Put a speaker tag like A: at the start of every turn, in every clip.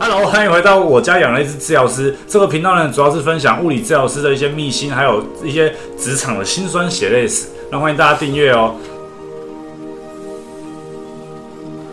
A: Hello，欢迎回到我家养了一只治疗师。这个频道呢，主要是分享物理治疗师的一些秘辛，还有一些职场的辛酸血泪史。那欢迎大家订阅哦。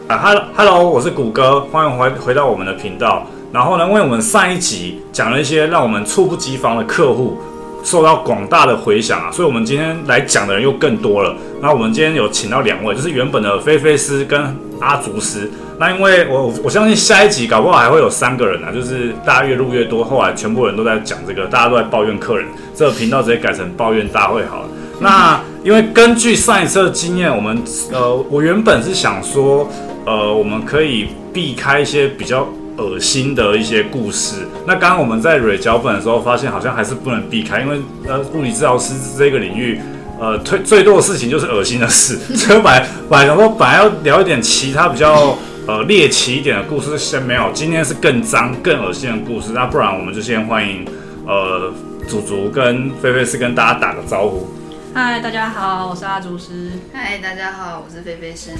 A: 啊，Hello，Hello，我是谷歌，欢迎回回到我们的频道。然后呢，因为我们上一集讲了一些让我们猝不及防的客户，受到广大的回响啊，所以我们今天来讲的人又更多了。那我们今天有请到两位，就是原本的菲菲师跟阿竹师。那因为我我相信下一集搞不好还会有三个人啊，就是大家越录越多，后来全部人都在讲这个，大家都在抱怨客人，这个频道直接改成抱怨大会好了。那因为根据上一次的经验，我们呃，我原本是想说，呃，我们可以避开一些比较恶心的一些故事。那刚刚我们在蕊脚本的时候，发现好像还是不能避开，因为呃，物理治疗师这个领域呃，最最多的事情就是恶心的事。 所以本来本来想说，本来要聊一点其他比较呃猎奇一点的故事，先没有。今天是更脏、更恶心的故事。那不然我们就先欢迎呃祖祖跟菲菲是跟大家打个招呼。
B: 嗨，大家好，我是阿竹师。
C: 嗨，大家好，我是菲菲师，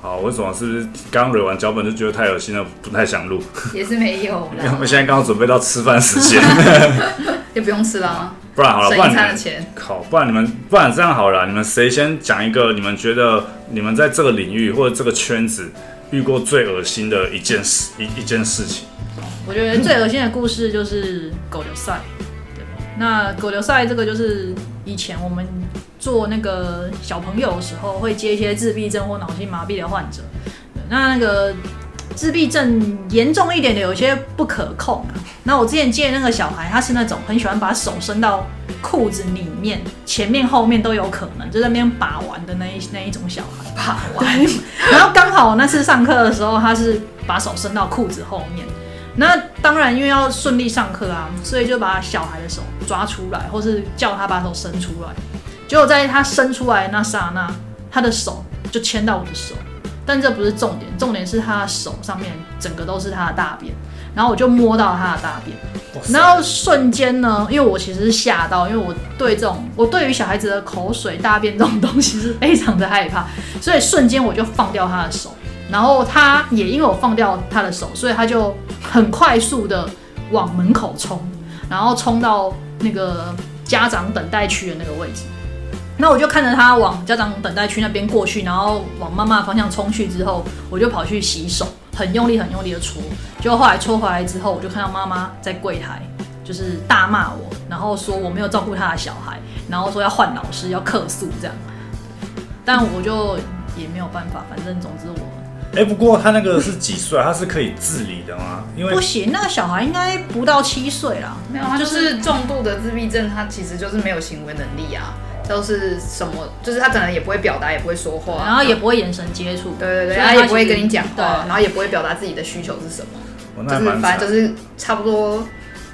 A: 好，我怎么是不是刚蕊完脚本就觉得太恶心了，不太想 录？
C: 也是没有
A: 因为我
C: 啦，
A: 们现在刚好准备到吃饭时 间，
C: 也不用吃啦，
A: 不然好了，
C: 省
A: 不然
C: 一
A: 你
C: 餐的
A: 们
C: 钱。
A: 好，不然你们不然这样好了，你们谁先讲一个你们觉得你们在这个领域或者这个圈子遇过最恶心的一件事一一件事情？
B: 我觉得最恶心的故事就是狗流赛。对，那狗流赛这个就是以前我们做那个小朋友的时候，会接一些自闭症或脑性麻痹的患者。对那那个自闭症严重一点的，有些不可控啊。那我之前接的那个小孩，他是那种很喜欢把手伸到裤子里面，前面后面都有可能，就在那边把玩的那一那一种小孩。
C: 把玩，
B: 对，然后刚好我那次上课的时候，他是把手伸到裤子后面。那当然，因为要顺利上课啊，所以就把小孩的手抓出来，或是叫他把手伸出来。结果在他伸出来的那刹那，他的手就牵到我的手，但这不是重点，重点是他的手上面整个都是他的大便，然后我就摸到他的大便。然后瞬间呢，因为我其实是吓到，因为我对这种我对于小孩子的口水、大便这种东西是非常的害怕，所以瞬间我就放掉他的手，然后他也因为我放掉他的手，所以他就很快速的往门口冲，然后冲到那个家长等待区的那个位置。那我就看着他往家长等待区那边过去，然后往妈妈的方向冲去之后，我就跑去洗手，很用力、很用力的搓。结果后来搓回来之后，我就看到妈妈在柜台就是大骂我，然后说我没有照顾她的小孩，然后说要换老师，要客诉这样。但我就也没有办法，反正总之我
A: 哎、不过他那个是几岁啊？他是可以自理的吗？因为
B: 不行。那个小孩应该不到七岁啦，
C: 没有，他就是重度的自闭症，他其实就是没有行为能力啊，就是什么，就是他可能也不会表达，也不会说话，
B: 然后也不会眼神接触，
C: 对对对，
B: 所以
C: 他也不会跟你讲
B: 对
C: 话，然后也不会表达自己的需求是什么，
A: 我
C: 就
A: 那还
C: 是
A: 蛮惨
C: 反正就是差不多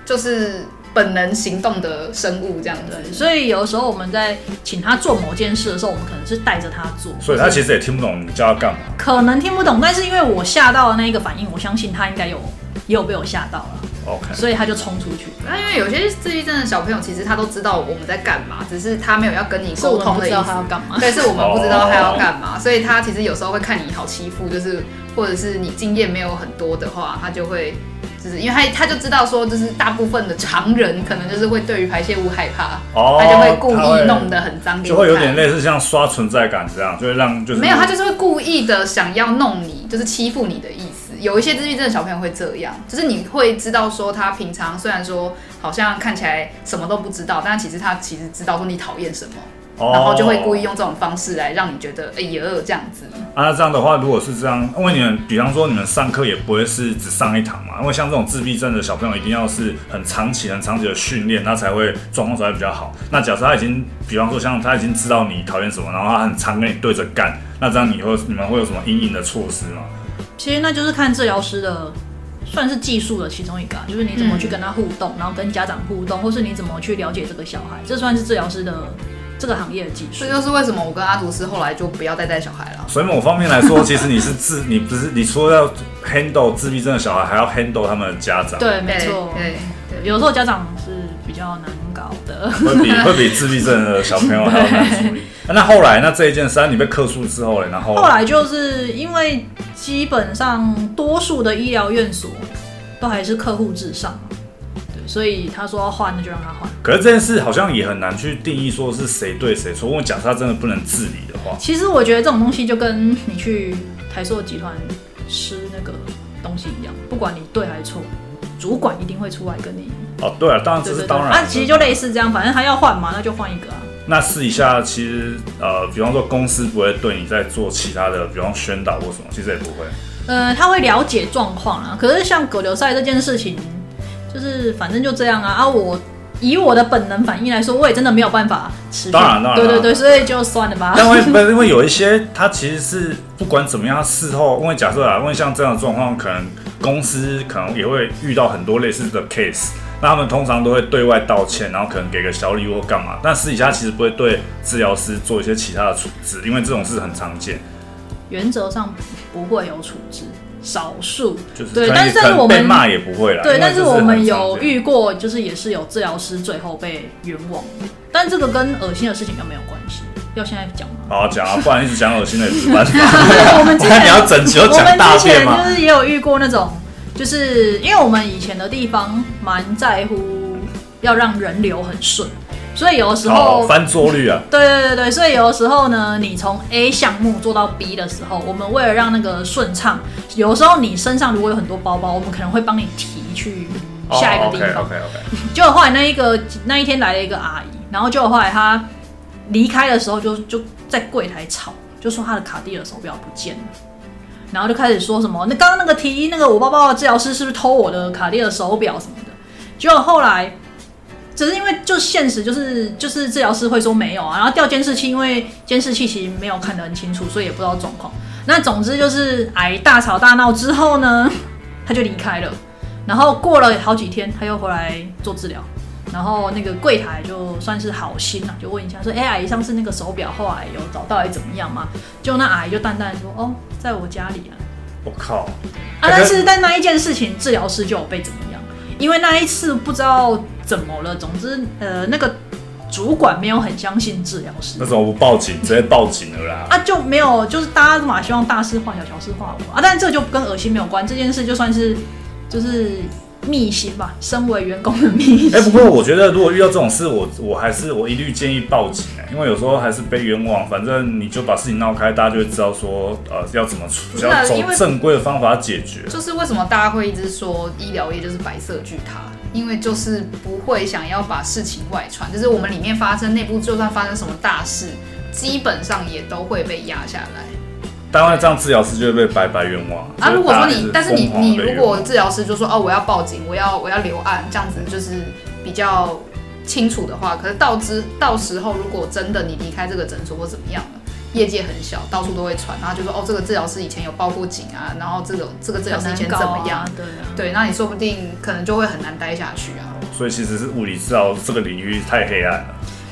C: 就是本能行动的生物这样
B: 对，
C: 子。
B: 所以有时候我们在请他做某件事的时候，我们可能是带着他做，
A: 所以他其实也听不懂你叫他干嘛。
C: 嗯
B: 可能听不懂，但是因为我吓到的那一个反应，我相信他应该有也有被我吓到了，
A: OK，
B: 所以他就冲出去。
C: 那啊因为有些自闭症的小朋友，其实他都知道我们在干嘛，只是他没有要跟你
B: 是我
C: 沟
B: 们
C: 通
B: 不
C: 的
B: 知
C: 意
B: 道
C: 思
B: 他。要干 嘛。
C: 但是我们不知道他要干
A: 哦
C: 嘛，所以他其实有时候会看你好欺负，就是或者是你经验没有很多的话，他就会就是因为他他就知道说，就是大部分的常人可能就是会对于排泄物害怕，
A: 哦
C: 他就会故
A: 他会
C: 意弄得很脏给
A: 就
C: 你
A: 会有点
C: 看。
A: 类似像刷存在感这样，就会让就是
C: 没有，他就是会故意的想要弄你，就是欺负你的意思。有一些自闭症的小朋友会这样，就是你会知道说他平常虽然说好像看起来什么都不知道，但其实他其实知道说你讨厌什么，
A: 哦
C: 然后就会故意用这种方式来让你觉得哎呀这样子。
A: 啊，那这样的话，如果是这样，因为你们，比方说你们上课也不会是只上一堂嘛，因为像这种自闭症的小朋友，一定要是很长期、很长期的训练，他才会状况才会比较好。那假设他已经，比方说像他已经知道你讨厌什么，然后他很常跟你对着干，那这样你会你们会有什么阴影的措施吗？
B: 其实那就是看治疗师的，算是技术的其中一个、啊，就是你怎么去跟他互动，
C: 嗯
B: 然后跟家长互动，或是你怎么去了解这个小孩，这算是治疗师的这个行业的技术
C: 这。就是为什么我跟阿图斯后来就不要再带小孩了。
A: 所以某方面来说，其实你是自，你不是，你除了要 handle 自闭症的小孩，还要 handle 他们的家长，
B: 对，没错。
C: 对对
B: 有时候家长是比较难搞的。
A: 会比会比自闭症的小朋友还要难处理。那后来，那这一件事，那你被克诉之后嘞，然后
B: 后来就是因为基本上多数的医疗院所都还是客户至上。对，所以他说要换，那就让他换。
A: 可是这件事好像也很难去定义说是谁对谁错。因为假设他真的不能自理的话，
B: 其实我觉得这种东西就跟你去台塑集团吃那个东西一样，不管你对还是错，主管一定会出来跟你。
A: 哦，对啊，当然
B: 对
A: 这
B: 对
A: 是
B: 对，
A: 当然的。
B: 啊、其实就类似这样，反正他要换嘛，那就换一个啊。
A: 那试一下，其实呃，比方说公司不会对你在做其他的，比方宣导或什么，其实也不会。
B: 呃，他会了解状况啊。可是像狗流赛这件事情，就是反正就这样啊啊！我以我的本能反应来说，我也真的没有办法持续。
A: 当然当然
B: 对对对，所以就算了吧。
A: 但会不是因为有一些他其实是不管怎么样，他事后因为假设啊，因为像这样的状况，可能公司可能也会遇到很多类似的 case。那他们通常都会对外道歉，然后可能给个小礼物或干嘛，但私底下其实不会对治疗师做一些其他的处置，因为这种事很常见。
B: 原则上不会有处置，少数。
A: 就是
B: 对
A: 可能
B: 但
A: 可
B: 是
A: 能
B: 但是我们
A: 被骂也不会啦。因
B: 对，
A: 为
B: 但
A: 这
B: 是我
A: 很
B: 们
A: 常
B: 有
A: 见
B: 遇过，就是也是有治疗师最后被冤枉，但这个跟恶心的事情又没有关系。要现在讲吗？
A: 好好讲 啊，不然一直讲恶心的也没办法。
B: 我们之
A: 不然
B: 前
A: 你要整集都
B: 我
A: 讲
B: 们
A: 大
B: 之
A: 便
B: 前
A: 吗
B: 就？是也有遇过那种，就是因为我们以前的地方蛮在乎要让人流很顺，所以有的时
A: 哦
B: 候，，
A: 翻桌率啊，
B: 对对对对，所以有的时候呢，你从 A 项目做到 B 的时候，我们为了让那个顺畅，有的时候你身上如果有很多包包，我们可能会帮你提去
A: 哦
B: 下一个地方。
A: OK OK，
B: 结果后来那一个那一天来了一个阿姨，然后结果后来她离开的时候就就在柜台吵，就说她的卡地的手表不见了，然后就开始说什么那刚刚那个提那个我包包的治疗师是不是偷我的卡地的手表什么的？结果后来。只是因为就现实就是就是治疗师会说没有啊，然后调监视器，因为监视器其实没有看得很清楚，所以也不知道状况。那总之就是哎大吵大闹之后呢，他就离开了。然后过了好几天，他又回来做治疗，然后那个柜台就算是好心啦、就问一下说，哎、阿姨上次那个手表后来有找到，还怎么样嘛？就那阿姨就淡淡地说，哦，在我家里啊。
A: 我靠，
B: 啊，但是但那一件事情，治疗师就有被怎么样？因为那一次不知道怎么了，总之呃，那个主管没有很相信治疗师
A: 那。怎么不报警？直接报警了啦！
B: 啊，就没有，就是大家嘛，希望大事化小，小事化无啊。但这就跟恶心没有关，这件事就算是就是秘辛吧，身为员工的秘
A: 哎、不
B: 辛。
A: 过我觉得如果遇到这种事，我我还是我一律建议报警、哎，因为有时候还是被冤枉，反正你就把事情闹开，大家就会知道说，呃，要怎么处，
C: 不
A: 只
C: 是啊
A: 要走
C: 因为
A: 正规的方法解决。
C: 就是为什么大家会一直说医疗业就是白色巨塔，因为就是不会想要把事情外传，就是我们里面发生内部就算发生什么大事，基本上也都会被压下来。
A: 当然，这样治疗师就会被白白冤枉
C: 啊，如果说你，但是你你如果
A: 这
C: 治疗师就说哦，我要报警，我要我要留案，这样子就是比较清楚的话，可是到之到时候如果真的你离开这个诊所或怎么样了。业界很小，到处都会传，然后就说哦，这个治疗师以前有报过警啊，然后这个这个治疗师以前
B: 很
C: 怎
B: 难搞啊
C: 么样？？
B: 对啊，
C: 对，那你说不定可能就会很难待下去啊。
A: 所以其实是物理治疗这个领域太黑暗了，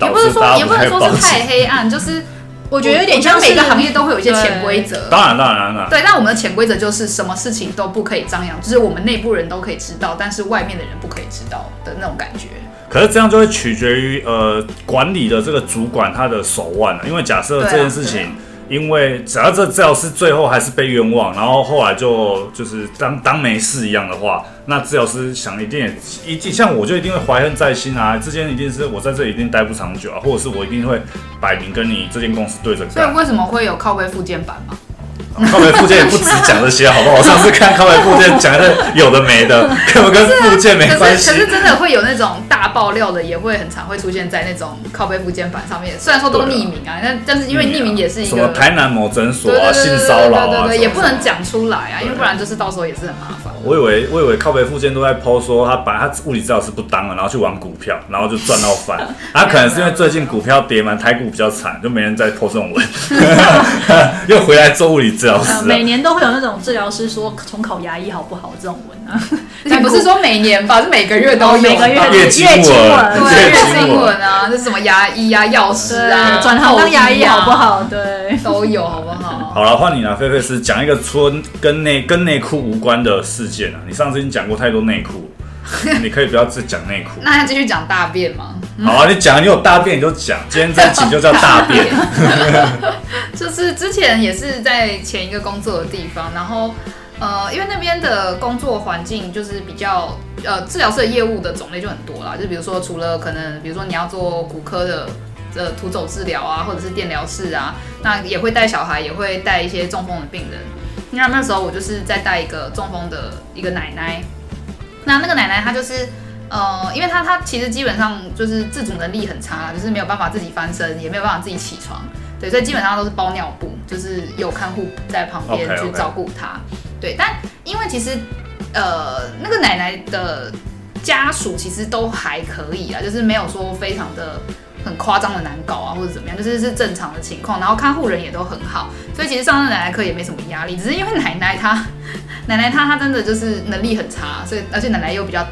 C: 也
A: 导
C: 不是
A: 致
C: 说
A: 大家
C: 也不能
A: 太
C: 说
A: 报
C: 是
A: 警。
C: 太黑暗，就是
B: 我觉得有点
C: 我觉
B: 像
C: 得
B: 是
C: 每个行业都会有一些潜规则。
A: 当然，当然，当然。
C: 对，但我们的潜规则就是什么事情都不可以张扬，就是我们内部人都可以知道，但是外面的人不可以知道的那种感觉。
A: 可是这样就会取决于呃管理的这个主管他的手腕了，因为假设
C: 对啊
A: 这件事
C: 对
A: 情
C: 啊，
A: 因为只要这治疗师最后还是被冤枉，然后后来就就是当当没事一样的话，那治疗师想一定也一定像我就一定会怀恨在心啊，之间一定是我在这里一定待不长久啊，或者是我一定会摆明跟你这间公司对着
C: 所以
A: 干。
C: 为什么会有靠背附件版嘛？
A: 靠背附件也不止讲这些好不好？我上次看靠背附件讲的有的没的，根本跟附件没
C: 可是
A: 关
C: 可
A: 系。
C: 是真的会有那种大爆料的，也会很常会出现在那种靠背附件版上面。虽然说都
A: 对啊
C: 匿名啊，但但是因为匿名也是一
A: 什么
C: 个
A: 台南某诊所
C: 对对
A: 啊，
C: 对对
A: 性
C: 对
A: 骚扰啊，
C: 对对对，
A: 什么
C: 也不能讲出来啊，因为
A: 对
C: 不然就是到时候也是很麻烦。
A: 我以为我以为靠北附件都在抛说他把他物理治疗师不当了，然后去玩股票，然后就赚到翻。他可能是因为最近股票跌嘛，台股比较惨，就没人再抛这种文，又回来做物理治疗
B: 呃
A: 师了
B: 每。年都会有那种治疗师说重考牙医好不好这种文啊，
C: 也不是说每年吧，是每个月都有，
B: 每个月
A: 月经文
B: 经
A: 对
C: 对，
A: 月经
C: 月经文啊，这什么牙医啊、药师啊，
B: 转行当牙医
C: 后啊
B: 好不？好？ 对，
C: 都有好不好？
A: 好了，换你了，菲菲斯讲一个除了跟内跟内裤无关的事件啊。你上次已经讲过太多内 裤，你可以不要只讲内裤。
C: 那继续讲大便吗？
A: 好啊，你讲你有大便你就讲，今天这集就叫大 便。
C: 就是之前也是在前一个工作的地方，然后呃，因为那边的工作环境就是比较呃，治疗师的业务的种类就很多啦，就比如说除了可能，比如说你要做骨科的。呃，徒手治疗啊，或者是电疗室啊，那也会带小孩，也会带一些中风的病人。那那时候我就是在带一个中风的一个奶奶，那那个奶奶她就是，呃，因为她她其实基本上就是自主能力很差，就是没有办法自己翻身，也没有办法自己起床，对，所以基本上都是包尿布，就是有看护在旁边
A: OK，OK
C: 去照顾她。对，但因为其实呃那个奶奶的家属其实都还可以啊，就是没有说非常的。很夸张的难搞啊，或者怎么样，就是是正常的情况，然后看护人也都很好，所以其实上那奶奶课也没什么压力，只是因为奶奶她 奶奶她她真的就是能力很差，所以而且奶奶又比较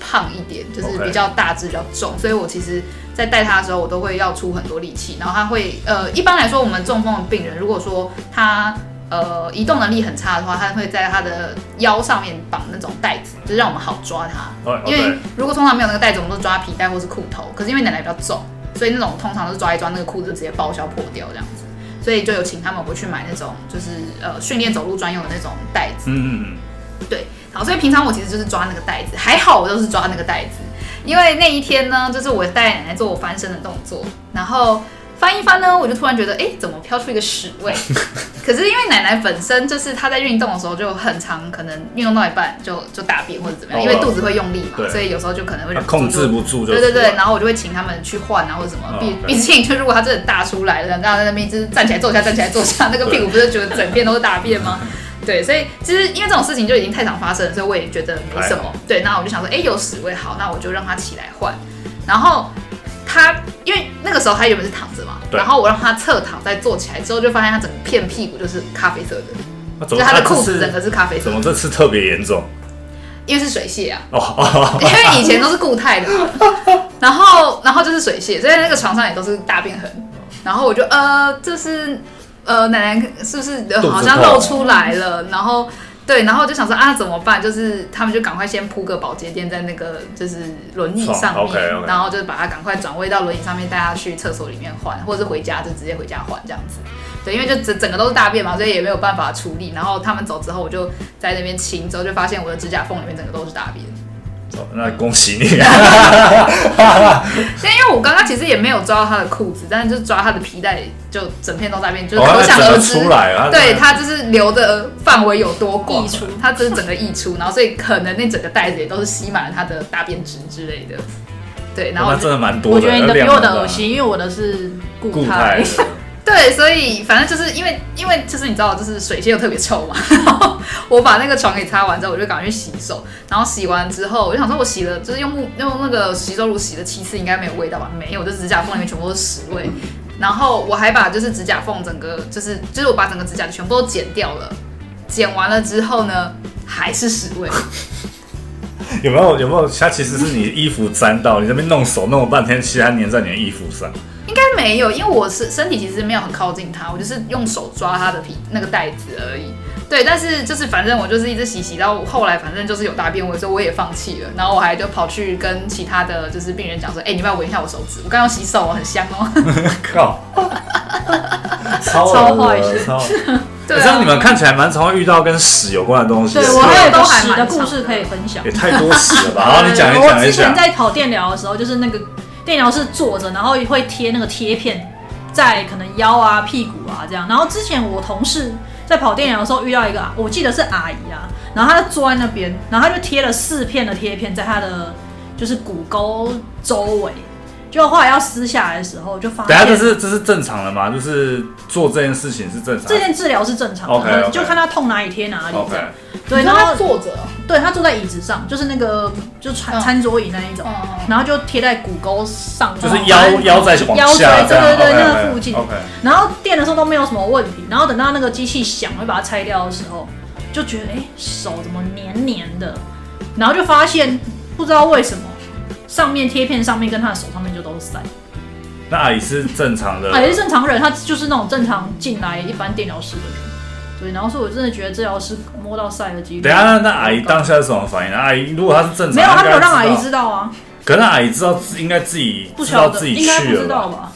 C: 胖一点，就是
A: OK
C: 比较大只比较重，所以我其实在带她的时候，我都会要出很多力气，然后她会呃，一般来说我们中风的病人，如果说她呃移动能力很差的话，她会在她的腰上面绑那种带子，就是让我们好抓她。
A: 哦
C: 因为
A: ，OK，
C: 如果通常没有那个袋子，我们都抓皮带或是裤头。可是因为奶奶比较重，所以那种通常都是抓一抓，那个裤子直接报销破掉这样子。所以就有请他们回去买那种就是呃训练走路专用的那种袋子。
A: 嗯嗯
C: 对，好，所以平常我其实就是抓那个袋子，还好我都是抓那个袋子，因为那一天呢，就是我带奶奶做我翻身的动作，然后翻一翻呢，我就突然觉得，哎、怎么飘出一个屎味？ 可是因为奶奶本身就是她在运动的时候就很常，可能运动到一半就就大便或者怎么样，因为肚子会用力嘛，
A: 哦对
C: 所以有时候就可能会
A: 嗯，
C: 忍
A: 他
C: 不住
A: 控
C: 就
A: 制不住就
C: 对对
A: 出
C: 对，
A: 来
C: 然后我就会请他们去换啊，或者什么
A: 哦。
C: 毕
A: 对
C: 毕竟，就如果他真的大出来了，然后他在那边就是站起来坐下，站起来坐下，那个屁股不是觉得整片都是大便
A: 嗯
C: 吗？对，所以其实因为这种事情就已经太常发生了，所以我也觉得没什么
A: 还。
C: 对，那我就想说，哎、有屎味好，那我就让他起来换。然后他因为那个时候他原本是躺着嘛，
A: 对
C: 然后我让他侧躺再坐起来之后，就发现他整片屁股就是咖啡色的，
A: 那啊怎
C: 就
A: 么
C: 是他的
A: 这
C: 裤子
A: 次
C: 整个是咖啡色
A: 怎，么这次特别严重？
C: 因为是水泄啊。
A: 哦哦，
C: 因为以前都是固态的嘛，然后然后就是水泄，所以那个床上也都是大便痕。然后我就呃，这是呃奶奶是不是、呃
A: 肚子
C: 好像
A: 痛
C: 露出来了？然后对，然后我就想说啊怎么办？就是他们就赶快先铺个保洁垫在那个就是轮椅上面
A: 床，OK，OK
C: 然后就把它赶快转位到轮椅上面，带他去厕所里面换，或者是回家就直接回家换这样子。对，因为就整整个都是大便嘛，所以也没有办法处理。然后他们走之后，我就在那边清，之后就发现我的指甲缝里面整个都是大便。
A: 哦那恭喜你，
C: 对，因为我刚刚其实也没有抓到他的裤子，但是就抓他的皮带，就整片都在变， 就是
A: 哦
C: 可
A: 那
C: 想
A: 整
C: 而
A: 个
C: 知，
A: 出来啊了，
C: 对他就是流的范围有多广
B: 溢出，
C: 他就是整个溢出，然后所以可能那整个袋子也都是吸满了他的大便汁之类的。对，然后
A: 那
C: 我就
A: 真的蛮多
B: 我
A: 的，
B: 觉得你的比
A: 量
B: 我
A: 很
B: 的
A: 大
B: 恶，心，因为我的是固
A: 固态。
B: 态
A: 的，
C: 对，所以反正就是因为因为就是你知道，就是水泄又特别臭嘛， 然后我把那个床给擦完之后，我就赶快去洗手，然后洗完之后，我就想说，我洗了就是用木用那个洗手乳洗了七次，应该没有味道吧？没有，就指甲缝里面全部都是屎味。然后我还把就是指甲缝整个就是就是我把整个指甲全部都剪掉了，剪完了之后呢，还是屎味。
A: 有没有有没有？它其实是你衣服沾到，你这边弄手弄了半天，其实它粘在你的衣服上。
C: 应该没有，因为我是身体其实没有很靠近它，我就是用手抓它的皮那个袋子而已。对，但是就是反正我就是一直洗洗到后来，反正就是有大便味，所以我也放弃了。然后我还就跑去跟其他的就是病人讲说，哎、你帮我闻一下我手指，我刚刚洗手，很香哦。
A: 靠，超
B: 超
A: 恶
B: 坏
A: 的
B: 事
A: 超。
C: 对、
A: 这样
C: 啊
A: 你，们看起来蛮常会遇到跟屎有关的东西的，
B: 对我还有一个屎的
C: 都还
B: 故
C: 蛮
B: 事可以分享
A: 也。太多屎了吧？好，你讲一
B: 我
A: 讲一
B: 之前
A: 讲。
B: 在跑电疗的时候，就是那个电疗是坐着，然后会贴那个贴片在可能腰啊、屁股啊这样。然后之前我同事在跑电疗的时候遇到一个，啊我记得是阿姨啊，然后她就坐在那边，然后她就贴了四片的贴片在她的就是骨沟周围。结果后来要撕下来的时候，就发
A: 等一
B: 现
A: 下，这是这是正常的吗？就是做这件事情是正常
B: 这
A: 的。
B: 件治哦疗是正常的
A: OK，OK
B: 就看她痛哪里贴哪里这
A: OK，
B: 样。对，
C: 你
B: 然
C: 说
B: 后
C: 他坐着哦，
B: 对她坐在椅子上，就是那个就餐
C: 嗯
B: 餐桌椅那一种。
C: 嗯嗯嗯
B: 然后就贴在骨沟上，
A: 就是
B: 然
A: 腰
B: 后
A: 腰在往
B: 腰
A: 下
B: 椎，
A: 这样，
B: 对对对，
A: OK，OK，
B: 那个附近。
A: OK，
B: 然后电的时候都没有什么问题，然后等到那个机器响，会把它拆掉的时候，就觉得哎、诶手怎么黏黏的，然后就发现不知道为什么上面贴片上面跟他的手上面就都是 塞，
A: 那阿姨是正常的，
B: 啊也是正常人，他就是那种正常进来一般电疗师的人。对，然后所以我真的觉得治疗师摸到塞的几率，
A: 等一下，那那阿姨当下是什么反应？阿姨如果她是正常，
B: 没有，他
A: 应该
B: 没有让阿姨
A: 知道
B: 知道啊，
A: 可是阿姨知道自应该自己
B: 不
A: 知
B: 晓
A: 道
B: 得，
A: 自己
B: 应该
A: 去
B: 不
A: 了
B: 知道
A: 吧，
B: 吧？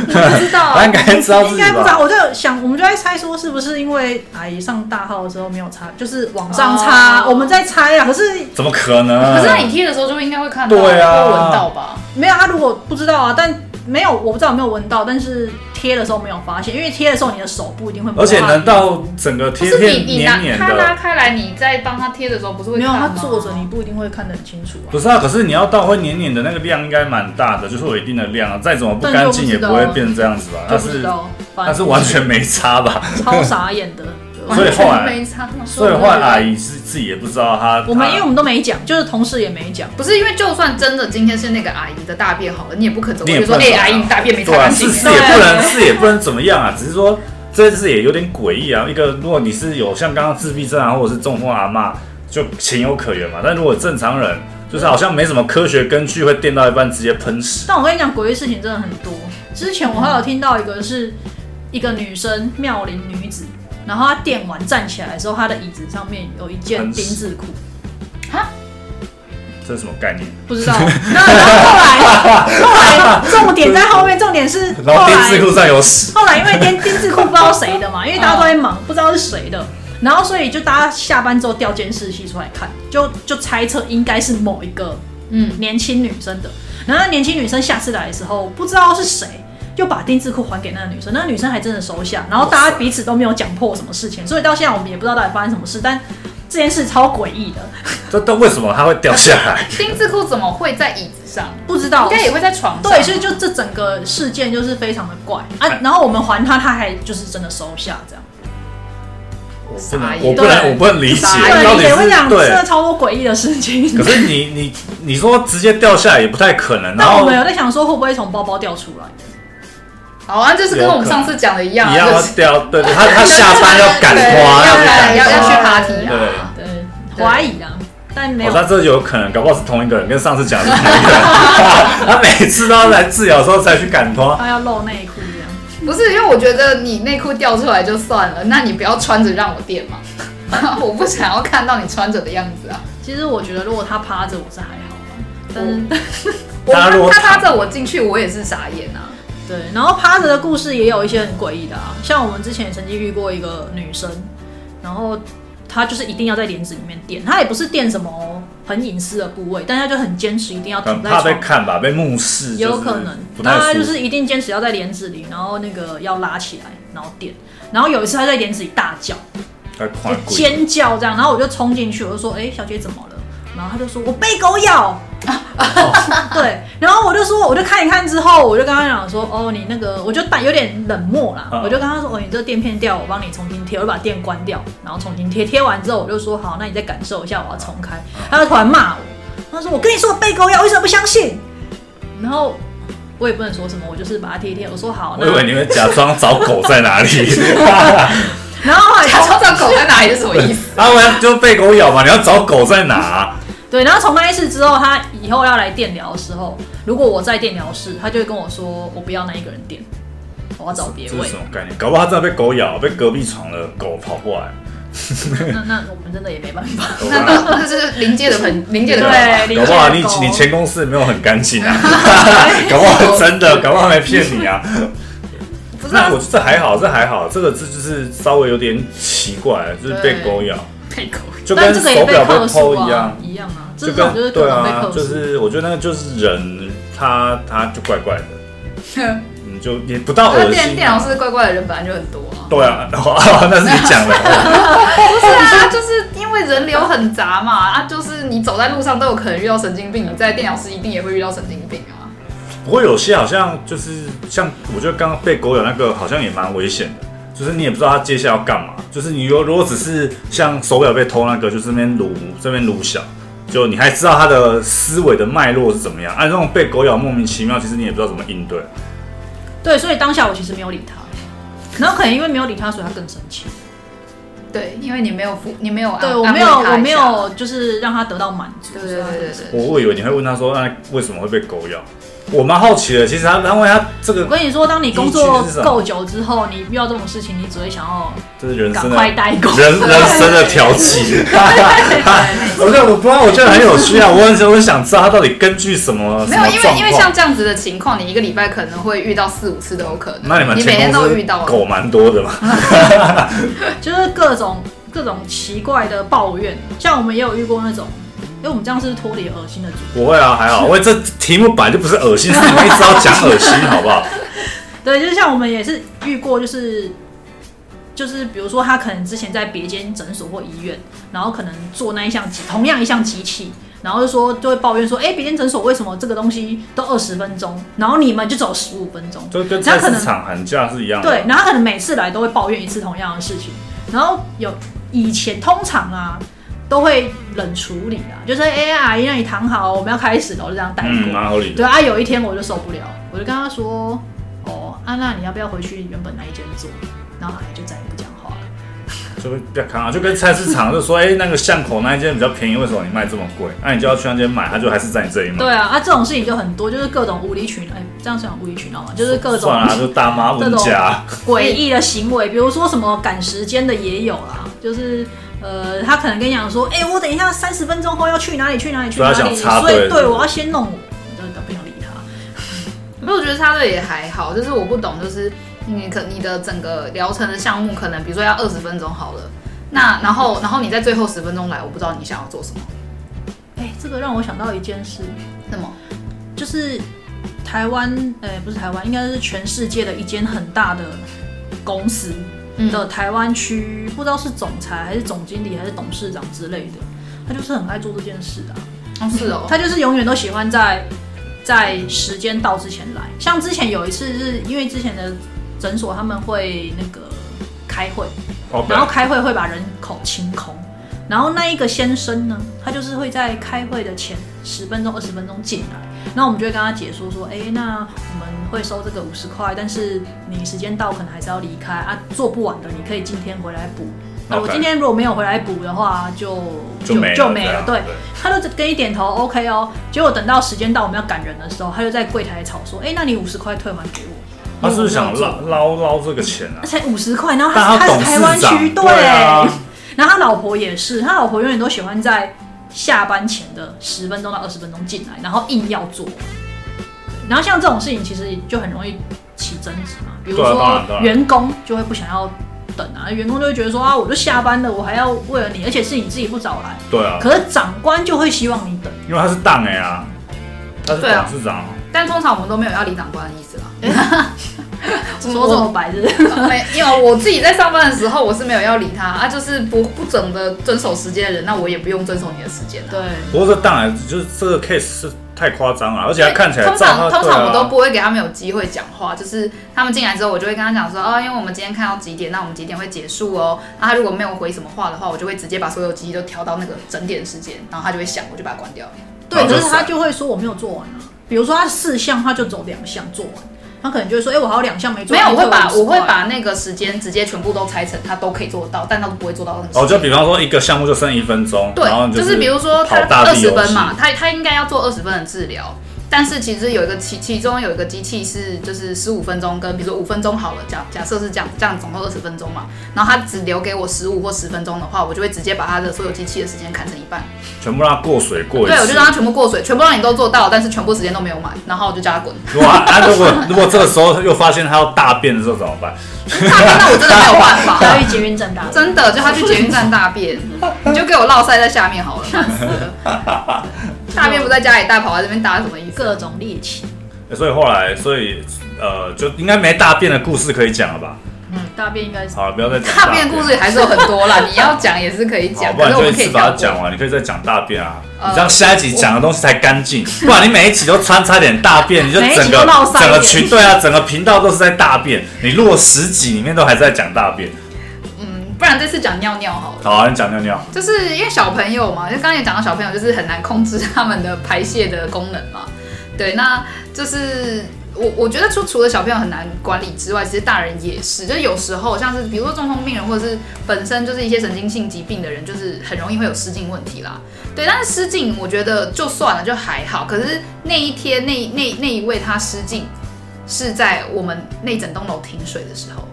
B: 你 不知道
A: 她
B: 啊，
A: 应该知道自
B: 应
A: 己
B: 该不知道。
A: 吧？
B: 我就想，我们就在猜说，是不是因为阿姨上大号的时候没有擦，就是往上擦，
C: 哦
B: 我们在猜啊。可是
A: 怎么可能？
C: 可是那你贴的时候就应该会看到，
A: 对啊
C: 会闻到吧？
B: 没有，他如果不知道啊，但没有，我不知道有没有闻到，但是贴的时候没有发现，因为贴的时候你的手不一定会摸啊到。
A: 而且难道整个
C: 不
A: 贴
C: 是
A: 片
C: 你你拿
A: 黏黏
C: 它拉
A: 的？
C: 开来，你在帮他贴的时候不是会
B: 没有，
C: 看
B: 他
C: 吗
B: 坐着你不一定会看得很清楚啊。
A: 不是啊，可是你要到会黏黏的那个量应该蛮大的，就是有一定的量啊，再怎么不干净也不会变这样子吧？
B: 就
A: 它
B: 不知
A: 是
B: 道，
A: 它
B: 反
A: 是
B: 正
A: 完全没差吧？
B: 超傻眼的。就
C: 完
A: 所以后来
C: 全 没差， 啊
A: 所以后来阿姨是自己也不知道她
B: 我们因为我
A: 她
B: 们都没讲，就是同事也没讲，
C: 不是因为就算真的今天是那个阿姨的大便好了，你也不可能
A: 你
C: 我
A: 也
C: 就
A: 不
C: 说
A: 能
C: 哎阿姨你大便没擦
A: 对啊，
C: 干净
A: 是，是
B: 对
A: 也不能是也不能怎么样啊，只是说这件事也有点诡异啊。一个如果你是有像刚刚自闭症啊，或者是中风阿嬷，就情有可原嘛。但如果正常人，就是好像没什么科学根据，会电到一半直接喷屎。
B: 但我跟你讲，诡异事情真的很多。之前我还有听到一个是一个女生妙龄女子，然后她电完站起来的时候，她的椅子上面有一件
A: 很
B: 丁字裤，
A: 这是什么概念？
B: 不知道。那然后后来后来重点在后面，重点是后
A: 然后
B: 来
A: 丁字裤上有屎，
B: 后来因为丁丁字裤不知道谁的嘛，因为大家都在忙，不知道是谁的。然后，所以就大家下班之后调监视器出来看，就就猜测应该是某一个
C: 嗯，
B: 年轻女生的。然后那年轻女生下次来的时候，不知道是谁，就把丁字裤还给那个女生。那个女生还真的收下，然后大家彼此都没有讲破什么事情，所以到现在我们也不知道到底发生什么事。但这件事超诡异的，
A: 这但为什么它会掉下来？
C: 丁字裤怎么会在椅子上？
B: 不知道
C: 应该也会在床上，
B: 哦对，所以就这整个事件就是非常的怪啊。然后我们还他，他还就是真的收下这样。
A: 我不
C: 傻
A: 能，
C: 眼
A: 我不能，
B: 对
A: 我不能理解
C: 傻眼
A: 到
B: 对，
A: 底
B: 也会
A: 是
B: 讲真的
A: 对。
B: 超多诡异的事情。
A: 可是你你你说直接掉下来也不太可能，然
B: 但我
A: 后
B: 们有在想说，会不会从包包掉出来？
C: 好啊，就是跟我们上次讲的一样
A: 一样
C: 啊，
A: 要
C: 就是
A: 掉，对，对他他下班要赶
C: 对
A: 花，
C: 要
A: 去赶
C: 来要要
A: 花
C: 去 party 啊，
A: 对。
B: 对，
C: 对
B: 怀疑啊，但没
A: 我
B: 有。
A: 他这有可能，搞不好是同一个人，跟上次讲的是同一个人。他每次都要来治疗的时候才去赶花，
B: 他要露内裤这样，
C: 不是因为我觉得你内裤掉出来就算了，那你不要穿着让我垫嘛， 我不想要看到你穿着的样子啊。
B: 其实我觉得如果他趴着，我是还好啦，但是
C: 我
A: 大家如果
C: 他他拉着我进去，我也是傻眼啊。
B: 对，然后趴着的故事也有一些很诡异的啊，像我们之前也曾经遇过一个女生，然后她就是一定要在帘子里面垫，她也不是垫什么很隐私的部位，但她就很坚持一定要
A: 很
B: 躺在
A: 怕被
B: 床。
A: 看吧，被目视，
B: 有可能
A: 就是，不太
B: 她
A: 舒
B: 就
A: 服。
B: 是一定坚持要在帘子里，然后那个要拉起来，然后垫。然后有一次她在帘子里大叫，
A: 他快跪，
B: 就哎尖叫这样，然后我就冲进去，我就说：“哎、小姐怎么了？”然后她就说：“我被狗咬。对，然后我就说，我就看一看之后，我就跟她讲说：“哦，你那个，我就打有点冷漠啦，
A: 嗯
B: 我就跟她说：‘哦，你这垫片掉，我帮你重新贴。’我就把电关掉，然后重新贴。贴完之后，我就说：‘好，那你再感受一下，我要重开。’她就突然骂我，她说：‘我跟你说我被狗咬，为什么不相信？’然后我也不能说什么，我就是把它贴一贴。我说：‘好，
A: 我
B: 那
A: 以……’为你们假装找狗在哪里，
B: 然后后来
C: 假装这狗在哪里是什么意思？
A: 啊，我要就被狗咬嘛，你要找狗在哪？
B: 对，然后从那一次之后，他以后要来电疗的时候，如果我在电疗室，他就会跟我说，我不要那一个人电，我要找别
A: 这
B: 位
A: 是什。么概念？搞不好他真的被狗咬，被隔壁床的狗跑过 来。
B: 那那我们真的也没办法。
A: 搞不
C: 那
A: 好
C: 那那是临界的很临界的狗
B: 对理解
A: 搞不好你
B: 狗
A: 你前公司没有很干净 啊，搞不好真的，搞不好没骗你啊。
C: 不是啊
A: 那我这还好，这还好，这个这就是稍微有点奇怪，就是被狗咬，
C: 配狗。
A: 就
B: 但
A: 跟
B: 这个也
A: 手
B: 被
A: 表被
B: 克
A: 偷
B: 诉
A: 一
B: 啊
A: 样，，
B: 一样啊，
A: 就
B: 这种就
A: 跟
B: 是各
A: 对
B: 种被
A: 啊
B: 克，诉。
A: 就是我觉得那个就是人，他他就怪怪的， 你就也不到
C: 那
A: 恶
C: 电
A: 心
C: 电
A: 啊、
C: 脑是怪怪的人本来就很多啊。
A: 对啊， 然后那是你讲的，哦
C: 不是啊，就是因为人流很杂嘛，啊，就是你走在路上都有可能遇到神经病，你在电脑室一定也会遇到神经病啊。
A: 不过有些好像就是像我觉得刚刚被狗咬那个好像也蛮危险的，就是你也不知道他接下来要干嘛，就是你如如果只是像手表被偷那个，就是这边撸这边撸小。就你还知道他的思维的脉络是怎么样，按、啊、那种被狗咬莫名其妙，其实你也不知道怎么应对。
B: 对，所以当下我其实没有理他，然后可能因为没有理他，所以他更生气。
C: 对，因为你没有付，你没有安
B: 对我
C: 啊安
B: 没
C: 慰
B: 有，
C: 他一下
B: 我没有，就是让他得到满足。
C: 对对对对对
A: 啊我我以为你会问他说，那、为什么会被狗咬？我蛮好奇的，其实他，因为他这
B: 我
A: 个
B: 跟你说，当你工
A: 依
B: 作
A: 据是什么
B: 够久之后，你遇到这种事情，你只会想要
A: 这是人
B: 赶
A: 生的
B: 快代工。
A: 人人生的调剂。 我觉得我不知道，我觉得很有趣啊！我很想，我很想知道他到底根据什么
C: 没
A: 什
C: 有，
A: 么
C: 因为
A: 状
C: 因为
A: 况
C: 像这样子的情况，你一个礼拜可能会遇到四五次都有可能。
A: 那你们
C: 每天
A: 前
C: 都
A: 公司
C: 遇到，啊
A: 狗蛮多的嘛？
B: 就是各种各种奇怪的抱怨，像我们也有遇过那种，因为我们这样是不是脱离恶心的主题，
A: 不会啊，还 好，因为这题目本来就不是恶心，是你们一直要讲恶心，好不 好？
B: 对，就是像我们也是遇过，就是就是比如说他可能之前在别间诊所或医院，然后可能做那一项机同样一项机器，然后就说就会抱怨说，哎、别间诊所为什么这个东西都二十分钟，然后你们就走十五分钟，
A: 就跟
B: 这
A: 菜
B: 样可
A: 市
B: 能
A: 场喊价是一样的。
B: 对，然后可能每次来都会抱怨一次同样的事情，然后有以前通常啊都会冷处理啊，就是哎、阿姨让你躺好，我们要开始了，我就这样带过。
A: 嗯，蛮合理的。
B: 对啊，有一天我就受不了，我就跟他说，哦，安、娜你要不要回去原本那一间做？然后阿姨就再也不讲话了。
A: 就不要看啊，就跟菜市场就说，哎、那个巷口那一间比较便宜，为什么你卖这么贵？那、你就要去那间买，他就还是在你这里买。
B: 对啊，啊这种事情就很多，就是各种无理取闹，哎、这样算无理取闹嘛，就是各种
A: 算了、就大妈文 家，
B: 诡异的行为，比如说什么赶时间的也有啦，就是呃，他可能跟你讲说，哎、我等一下三十分钟后要去哪里去哪里去
A: 所以
B: 哪
A: 他
B: 里，
A: 想插
B: 所以
A: 队
B: 对我要先弄我，我真的不想理他。
C: 不过我觉得插队也还好，就是我不懂，就是你可你的整个疗程的项目，可能比如说要二十分钟好了，那然后然后你在最后十分钟来，我不知道你想要做什么，
B: 哎、这个让我想到一件事，
C: 那么
B: 就是台湾，哎、不是台湾，应该是全世界的一间很大的公司
A: 嗯
B: 的台湾区，不知道是总裁还是总经理还是董事长之类的，他就是很爱做这件事啊。
C: 哦是哦，
B: 他就是永远都喜欢在在时间到之前来。像之前有一次是因为之前的诊所他们会那个开会，
A: 哦
B: 然后开会会把人口清空，然后那一个先生呢，他就是会在开会的前十分钟、二十分钟进来，那我们就会跟他解说说，哎、那我们会收这个五十块，但是你时间到可能还是要离开啊，做不完的你可以今天回来补。那我
A: OK
B: 今天如果没有回来补的话，就
A: 就没了啊
B: 就没了。
A: 这
B: 对
A: 样，
B: 他就跟你点头，OK 哦。结果等到时间到我们要赶人的时候，他就在柜台吵说，哎、那你五十块退还给我。
A: 他是不是
B: 因
A: 想
B: 为我没有做
A: 捞捞捞这个钱啊？
B: 才五十块，然后
A: 但他
B: 他他
A: 董
B: 是台
A: 事
B: 湾
A: 长，
B: 区，
A: 对啊，
B: 然后他老婆也是，他老婆永远都喜欢在下班前的十分钟到二十分钟进来，然后硬要做。对然后像这种事情，其实就很容易起争执嘛。比如
A: 对啊当
B: 说
A: 然当然
B: 员工就会不想要等啊，员工就会觉得说啊，我都下班了，我还要为了你，而且是你自己不早来。
A: 对啊，
B: 可是长官就会希望你等，
A: 因为他是当哎啊，他是
C: 对啊
A: 董事长，
C: 但通常我们都没有要离长官的意思啦。
B: 说这么白是不是
C: 没有，我自己在上班的时候，我是没有要理他啊，就是不不整的遵守时间的人，那我也不用遵守你的时间啊。
B: 对，
A: 不过这当然就是这个 case 是太夸张了，而且他看起来
C: 通
A: 照他
C: 常通常我
A: 对
C: 都
A: 啊
C: 不会给他们有机会讲话，就是他们进来之后，我就会跟他讲说，哦，因为我们今天看到几点，那我们几点会结束哦。那他如果没有回什么话的话，我就会直接把所有机器都调到那个整点时间，然后他就会响，我就把它关掉。
B: 对，
A: 然后
B: 可
A: 就是
B: 他
A: 散
B: 就会说我没有做完啊。比如说他四项，他就走两项做完，他可能就会说，哎、我还有两项没做
C: 没
B: 完。
C: 有，我会把
B: 就
C: 我
B: 50块
C: 会把那个时间直接全部都拆成他都可以做得到，但他都不会做到那个时间。
A: 哦，就比方说一个项目就剩一分钟，然后
C: 对，
A: 你
C: 就是比如说他
A: 跑大
C: 二
A: 地
C: 十
A: 游
C: 分
A: 戏
C: 嘛，他他应该要做二十分的治疗，但是其实有一个其其中有一个机器是就是十五分钟跟比如说五分钟好了，假假设是这样这样总共二十分钟嘛，然后他只留给我十五或十分钟的话，我就会直接把他的所有机器的时间砍成一半，
A: 全部让他过水过一
C: 对我就
A: 次
C: 让。他全部过水，全部让你都做到，但是全部时间都没有满，然后我就叫他滚。
A: 如果他他 如果如果这个时候又发现他要大便的时候怎么办？
C: 那我真的没有办法，
B: 教育捷运正大，
C: 真的，就他去捷运站大便，你就给我落塞在下面好了，烦死了。大便不在家里大，跑来这边大是什么意思？
B: 各种猎奇。
A: 所以后来，所以呃，就应该没大便的故事可以讲了吧？
B: 嗯，大便应该是
A: 好了，不要再讲
C: 大便故事还是有很 多啦，你要讲也是可以
A: 好，
C: 讲，
A: 不
C: 可
A: 然
C: 是我
A: 就一
C: 们可以
A: 次
C: 跳
A: 把它
C: 过
A: 讲完。你可以再讲大便啊，
C: 呃
A: 你这样下一集讲的东西才干净，不然你每一集都穿插点大便，你就
B: 每一集
A: 整
B: 都
A: 个
B: 落塞一
A: 整个
B: 点
A: 群对啊，整个频道都是在大便。你录了十集里面都还在讲大便，
C: 嗯，不然这次讲尿尿好了。
A: 好啊，你讲尿尿，
C: 就是因为小朋友嘛，就刚才也讲到小朋友就是很难控制他们的排泄的功能嘛。对，那就是我我觉得除除了小朋友很难管理之外，其实大人也是，就是有时候像是比如说中风病人，或者是本身就是一些神经性疾病的人，就是很容易会有失禁问题啦。对，但是失禁我觉得就算了，就还好。可是那一天那那那一位他失禁，是在我们那整栋楼停水的时候。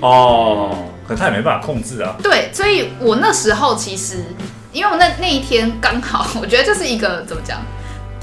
A: 哦，可他也没办法控制啊。
C: 对，所以我那时候其实，因为我那那一天刚好，我觉得就是一个怎么讲，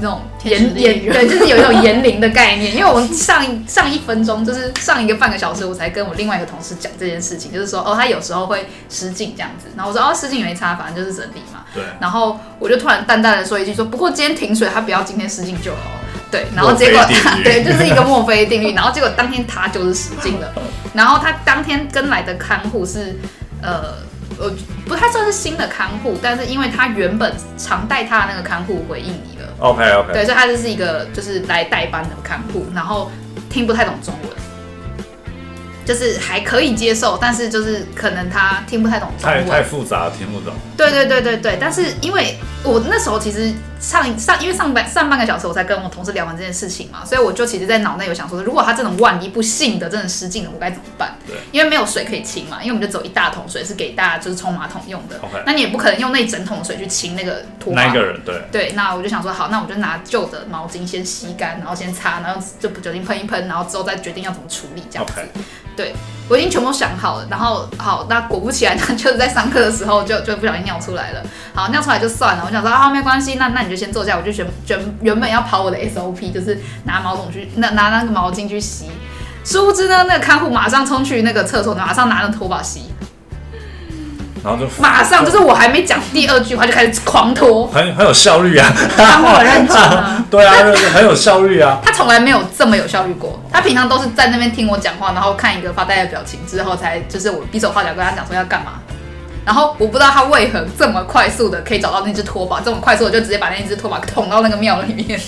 C: 那种
B: 天时
C: 言
B: 地利
C: 言
B: 人
C: 对，就是有一种言灵的概念。因为我上一上一分钟，就是上一个半个小时，我才跟我另外一个同事讲这件事情，就是说哦，他有时候会失禁这样子，然后我说哦，失禁也没差，反正就是整理嘛。
A: 对，
C: 然后我就突然淡淡的说一句说，不过今天停水，他不要今天失禁就好了。对，然后结果
A: 墨菲定律
C: 对，就是一个墨菲定律。然后结果当天他就是失禁了，然后他当天跟来的看护是，呃，呃，不太算是新的看护，但是因为他原本常带他的那个看护回应你了。
A: OK OK，
C: 对，所以他就是一个就是来代班的看护，然后听不太懂中文，就是还可以接受，但是就是可能他听不太懂中
A: 太
C: 文，
A: 太复杂了，听不懂。
C: 对对对对对，但是因为我那时候其实上上因为上半上半个小时我才跟我同事聊完这件事情嘛，所以我就其实，在脑内有想说，如果他这种万一不幸的真的失禁了，我该怎么办？
A: 对，
C: 因为没有水可以清嘛，因为我们就走一大桶水是给大家就是冲马桶用的
A: OK
C: 那你也不可能用那一整桶水去清那个拖
A: 那
C: 把
A: 一个人对，
C: 对，那我就想说，好，那我就拿旧的毛巾先吸干，然后先擦，然后就补酒精喷一喷，然后之后再决定要怎么处理这样子。
A: OK
C: 对，我已经全部想好了。然后好，那果不其然，他就是在上课的时候就就不小心尿出来了。好，尿出来就算了。我想说啊，没关系，那那你就先坐下。我就原原原本要跑我的 SOP，就是拿毛桶去那拿那个毛巾去吸。殊不知呢，那个看护马上冲去那个厕所，马上拿那拖把吸，
A: 然后就
C: 马上就是我还没讲第二句话就开始狂拖，
A: 很很有效率啊。
B: 他很认真啊。
A: 对啊，就是很有效率啊。
C: 他从来没有这么有效率过。他平常都是在那边听我讲话，然后看一个发呆的表情之后，才就是我比手画脚跟他讲说要干嘛。然后我不知道他为何这么快速的可以找到那只拖把，这么快速我就直接把那只拖把捅到那个庙里面。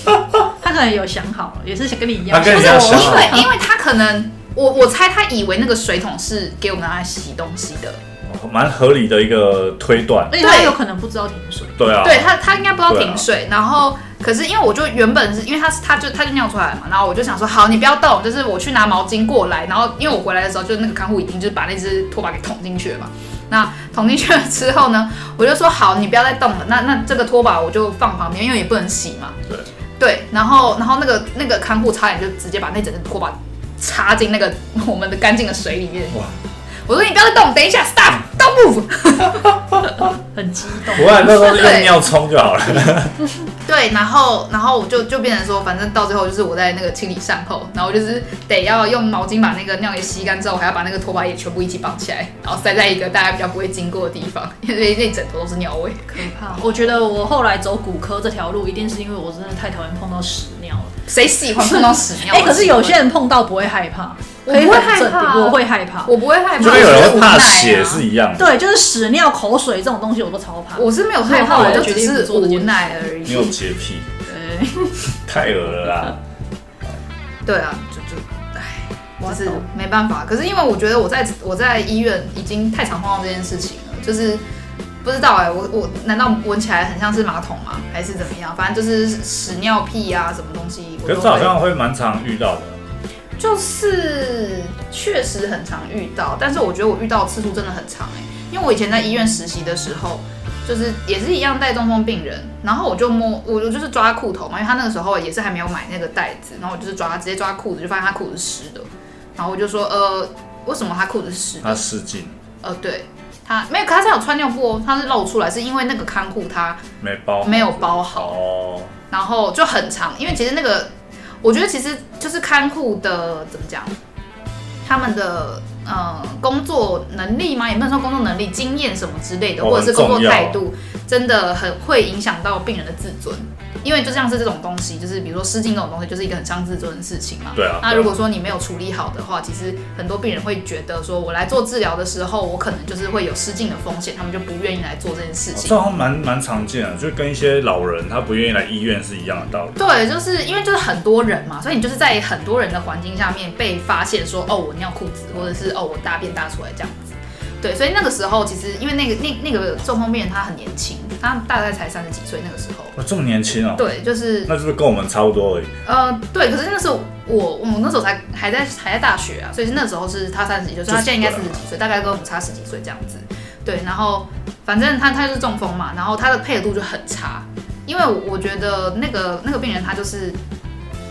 B: 他可能有想好了，也是想跟你一
A: 他
B: 样，
A: 跟你一
B: 是
A: 样
B: 我
A: 想
C: 因
A: 好
C: 为因为他可能我我猜他以为那个水桶是给我们拿来洗东西的，
A: 哦蛮合理的一个推断。
B: 而且他有可能不知道停水，
A: 对啊，
C: 对他，他应该不知道停水。然后，可是因为我就原本是因为他他就他就尿出来嘛，然后我就想说，好，你不要动，就是我去拿毛巾过来。然后因为我回来的时候，就是那个看护已经就是把那只拖把给捅进去了嘛。那捅进去了之后呢，我就说好，你不要再动了。那那这个拖把我就放旁边，因为也不能洗嘛。
A: 对
C: 对，然后然后那个那个看护差点就直接把那整只拖把插进那个我们的干净的水里面。
A: 哇
C: 我说你不要再动，等一下，stop，don't move。
B: 很激动。
A: 不然那时候就用尿冲就好了。
C: 对，然后然后我就就变成说，反正到最后就是我在那个清理善后，然后我就是得要用毛巾把那个尿给吸干之后，我还要把那个拖把也全部一起绑起来，然后塞在一个大家比较不会经过的地
A: 哎
C: 方， 因为那整头都是尿味。
B: 怕我觉得我后来走骨科这条路，一定是因为我真的太讨厌碰到屎尿了。
C: 谁喜欢碰到屎尿？
B: 哎、可是有些人碰到不会害怕，
C: 我不会
B: 可以很
C: 害
B: 镇定
C: 怕啊
B: 我会害怕。
C: 我不会害怕，
A: 就跟有人会怕
C: 我只
A: 血
C: 是无
A: 是
C: 奈啊。
A: 一样的。
B: 对，就是屎尿、口水这种东西我都超怕。
C: 我是没有害怕，
B: 我
C: 我
B: 后来
C: 就
B: 决
C: 只
B: 定
C: 是
B: 不做这件
C: 无
B: 事
C: 奈而
A: 你有
C: 已。
A: 洁癖，
B: 对
A: 太恶了啦。
C: 对啊，就就唉，
B: 我
C: 就是
B: 懂
C: 没办法。可是因为我觉得我在我在医院已经太常碰到这件事情了，就是不知道哎、我我难道闻起来很像是马桶吗？还是怎么样？反正就是屎尿屁啊，什么东西我
A: 可
C: 都
A: 是好
C: 会。
A: 像会蛮常遇到的。
C: 就是确实很常遇到，但是我觉得我遇到的次数真的很长哎、因为我以前在医院实习的时候，就是也是一样带中风病人，然后我就摸，我我就是抓裤头嘛，因为他那个时候也是还没有买那个袋子，然后我就是呃抓直接抓裤子，就发现他裤子是湿的，然后我就说呃，为什么他裤子是湿 的？
A: 他失禁
C: 呃，对。他没有，可他是有穿尿布哦，他是露出来，是因为那个看护他
A: 没包
C: 没有包好，
A: 哦，
C: 然后就很长，因为其实那个，我觉得其实就是看护的怎么讲，他们的呃工作能力吗？也不能说工作能力、经验什么之类的，
A: 哦
C: 或者是工作
A: 很重要
C: 态度，真的很会影响到病人的自尊。因为就像是这种东西，就是比如说失禁这种东西，就是一个很伤自尊的事情嘛。
A: 对啊对
C: 那
A: 啊
C: 如果说你没有处理好的话，其实很多病人会觉得说，我来做治疗的时候，我可能就是会有失禁的风险，他们就不愿意来做这件事情。
A: 这好像蛮蛮常见的，就跟一些老人他不愿意来医院是一样的道理。
C: 对，就是因为就是很多人嘛，所以你就是在很多人的环境下面被发现说，哦，我尿裤子，或者是哦，我大便大出来这样子。对，所以那个时候其实因为那个那那个中风病人他很年轻，他大概才三十几岁那个时候。
A: 哇，这么年轻哦，
C: 对，就是
A: 那就是跟我们差不多而已。
C: 呃，对，可是那是我我那时候才还在还在大学啊，所以那时候是他三十几岁，所以他现在应该四十几岁，大概跟我们差十几岁这样子。对，然后反正他他就是中风嘛，然后他的配合度就很差，因为我我觉得那个那个病人他就是，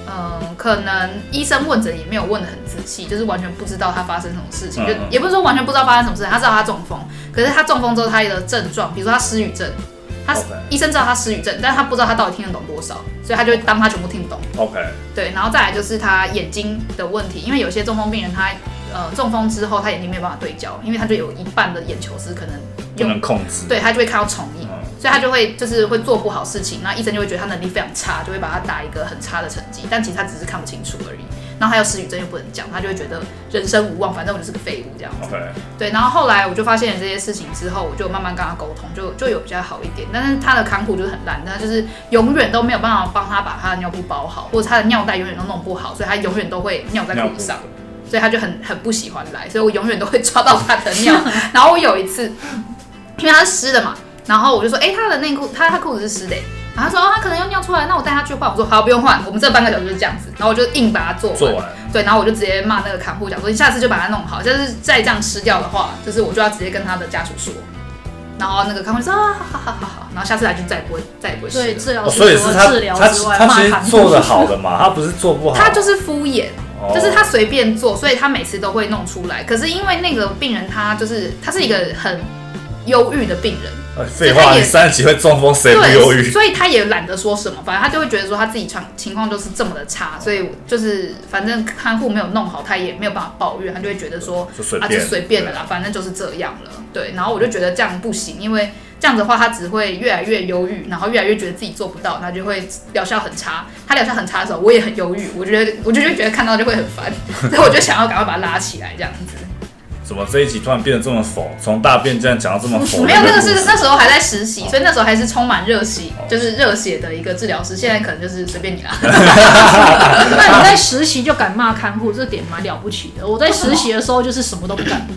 C: 嗯、可能医生问诊也没有问的很仔细，就是完全不知道他发生什么事情，就
A: 嗯嗯
C: 也不是说完全不知道发生什么事，他知道他中风，可是他中风之后他的症状，比如说他失语症，他
A: OK
C: 医生知道他失语症，但是他不知道他到底听得懂多少，所以他就会当他全部听不懂。
A: OK，
C: 对，然后再来就是他眼睛的问题，因为有些中风病人他呃中风之后他眼睛没有办法对焦，因为他就有一半的眼球是可能
A: 不
C: 有
A: 能控制。
C: 对他就会看到重影，
A: 嗯
C: 所以他就会就是会做不好事情，那医生就会觉得他能力非常差，就会把他打一个很差的成绩，但其实他只是看不清楚而已。然后还有失语症又不能讲，他就会觉得人生无望，反正我就是个废物这样子。
A: OK，
C: 对，然后后来我就发现了这些事情之后，我就慢慢跟他沟通，就就有比较好一点。但是他的看护就是很烂，他就是永远都没有办法帮他把他的尿布包好，或者他的尿袋永远都弄不好，所以他永远都会尿在
A: 尿
C: 裤
A: 布
C: 上，所以他就很很不喜欢来，所以我永远都会抓到他的尿。然后我有一次，因为他是湿的嘛，然后我就说，哎、他的内裤，他他裤子是湿的、欸。然后他说、哦他可能要尿出来，那我带他去换。我说好，不用换，我们这半个小时就是这样子。然后我就硬把它做完。
A: 做完
C: 对，然后我就直接骂那个看护讲说，你下次就把它弄好，下次再这样吃掉的话，就是我就要直接跟他的家属说。然后那个看护就说，啊，好好好好，然后下次来就再也不会再也不会
B: 所
C: 吃
B: 以
C: 了。
B: 治疗
A: 哦，
B: 师
A: 所
B: 除
A: 以是
B: 了
A: 他
B: 治疗
A: 他
B: 之外，
A: 他
B: 骂
A: 其
B: 谈
A: 实做的好的嘛，他不是做不好，
C: 他就是敷衍，
A: 哦
C: 就是他随便做，所以他每次都会弄出来。可是因为那个病人他就是他是一个很忧郁的病人，
A: 哎废
C: 所以他
A: 话，
C: 也
A: 你三十几会中风，谁不忧
C: 对，
A: 郁？
C: 所以他也懒得说什么，反正他就会觉得说他自己情情况就是这么的差，所以就是反正看护没有弄好，他也没有办法抱怨，他就会觉得说
A: 就随
C: 啊
A: 便
C: 就随便的啦，反正就是这样了。对，然后我就觉得这样不行，因为这样子的话，他只会越来越忧郁，然后越来越觉得自己做不到，他就会疗效很差。他疗效很差的时候，我也很忧郁，我觉得我就就觉得看到就会很烦， 所以我就想要赶快把他拉起来这样子。
A: 怎么这一集突然变得这么否？从大便这样讲到这么否？
C: 没有，那个是那
A: 是
C: 时候还在实习，所以那时候还是充满热血，就是热血的一个治疗师。现在可能就是随便你啦。
B: 那你在实习就敢骂看护，这点蛮了不起的。我在实习的时候就是什么都不敢，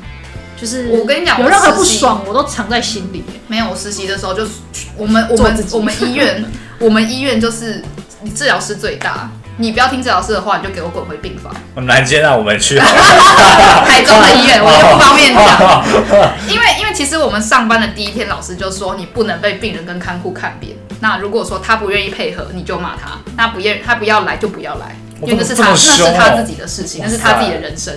B: 就是
C: 我跟你讲
B: 有任何
C: 我
B: 不
C: 实习
B: 爽我都藏在心里。
C: 没有，我实习的时候就是我 们我
B: 做
C: 们
B: 自己
C: 我们医院我们医院就是你治疗师最大，你不要听治疗师的话，你就给我滚回病房。
A: 很难接纳我们去。
C: 台中的医院我就不方便讲，
A: 讲。
C: 因为因为其实我们上班的第一天，老师就说你不能被病人跟看护看扁。那如果说他不愿意配合，你就骂他；那不愿他不要来就不要来，
A: 哦
C: 因为那是
A: 这
C: 他
A: 么
C: 那
A: 这
C: 是
A: 么凶哦
C: 他自己的事情，那是他自己的人生。